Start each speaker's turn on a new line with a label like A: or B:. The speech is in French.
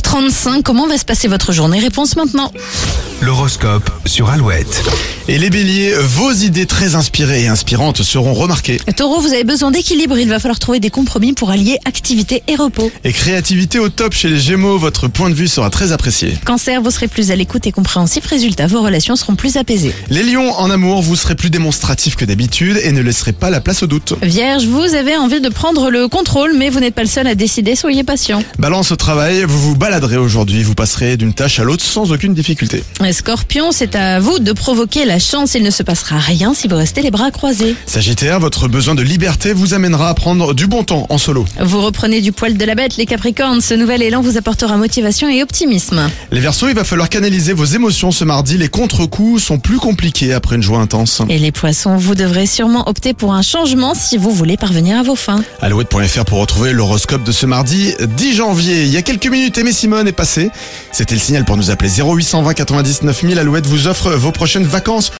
A: 7h35, comment va se passer votre journée Réponse maintenant.
B: L'horoscope sur Alouette.
C: Et les béliers, vos idées très inspirées et inspirantes seront remarquées.
A: Taureau, vous avez besoin d'équilibre, il va falloir trouver des compromis pour allier activité et repos.
C: Et créativité au top chez les gémeaux, votre point de vue sera très apprécié.
A: Cancer, vous serez plus à l'écoute et compréhensif, résultat, vos relations seront plus apaisées.
C: Les lions, en amour, vous serez plus démonstratif que d'habitude et ne laisserez pas la place au doute.
A: Vierge, vous avez envie de prendre le contrôle, mais vous n'êtes pas le seul à décider, soyez patient.
C: Balance au travail, vous vous baladerez aujourd'hui, vous passerez d'une tâche à l'autre sans aucune difficulté.
A: Et Scorpion, c'est à vous de provoquer la chance, il ne se passera rien si vous restez les bras croisés.
C: Sagittaire, votre besoin de liberté vous amènera à prendre du bon temps en solo.
A: Vous reprenez du poil de la bête, les Capricornes, ce nouvel élan vous apportera motivation et optimisme.
C: Les versos, il va falloir canaliser vos émotions ce mardi, les contre-coups sont plus compliqués après une joie intense.
A: Et les poissons, vous devrez sûrement opter pour un changement si vous voulez parvenir à vos fins.
C: Alouette.fr pour retrouver l'horoscope de ce mardi 10 janvier. Il y a quelques minutes, Aimé Simone est passé. C'était le signal pour nous appeler 0820 99 000. Alouette vous offre vos prochaines vacances.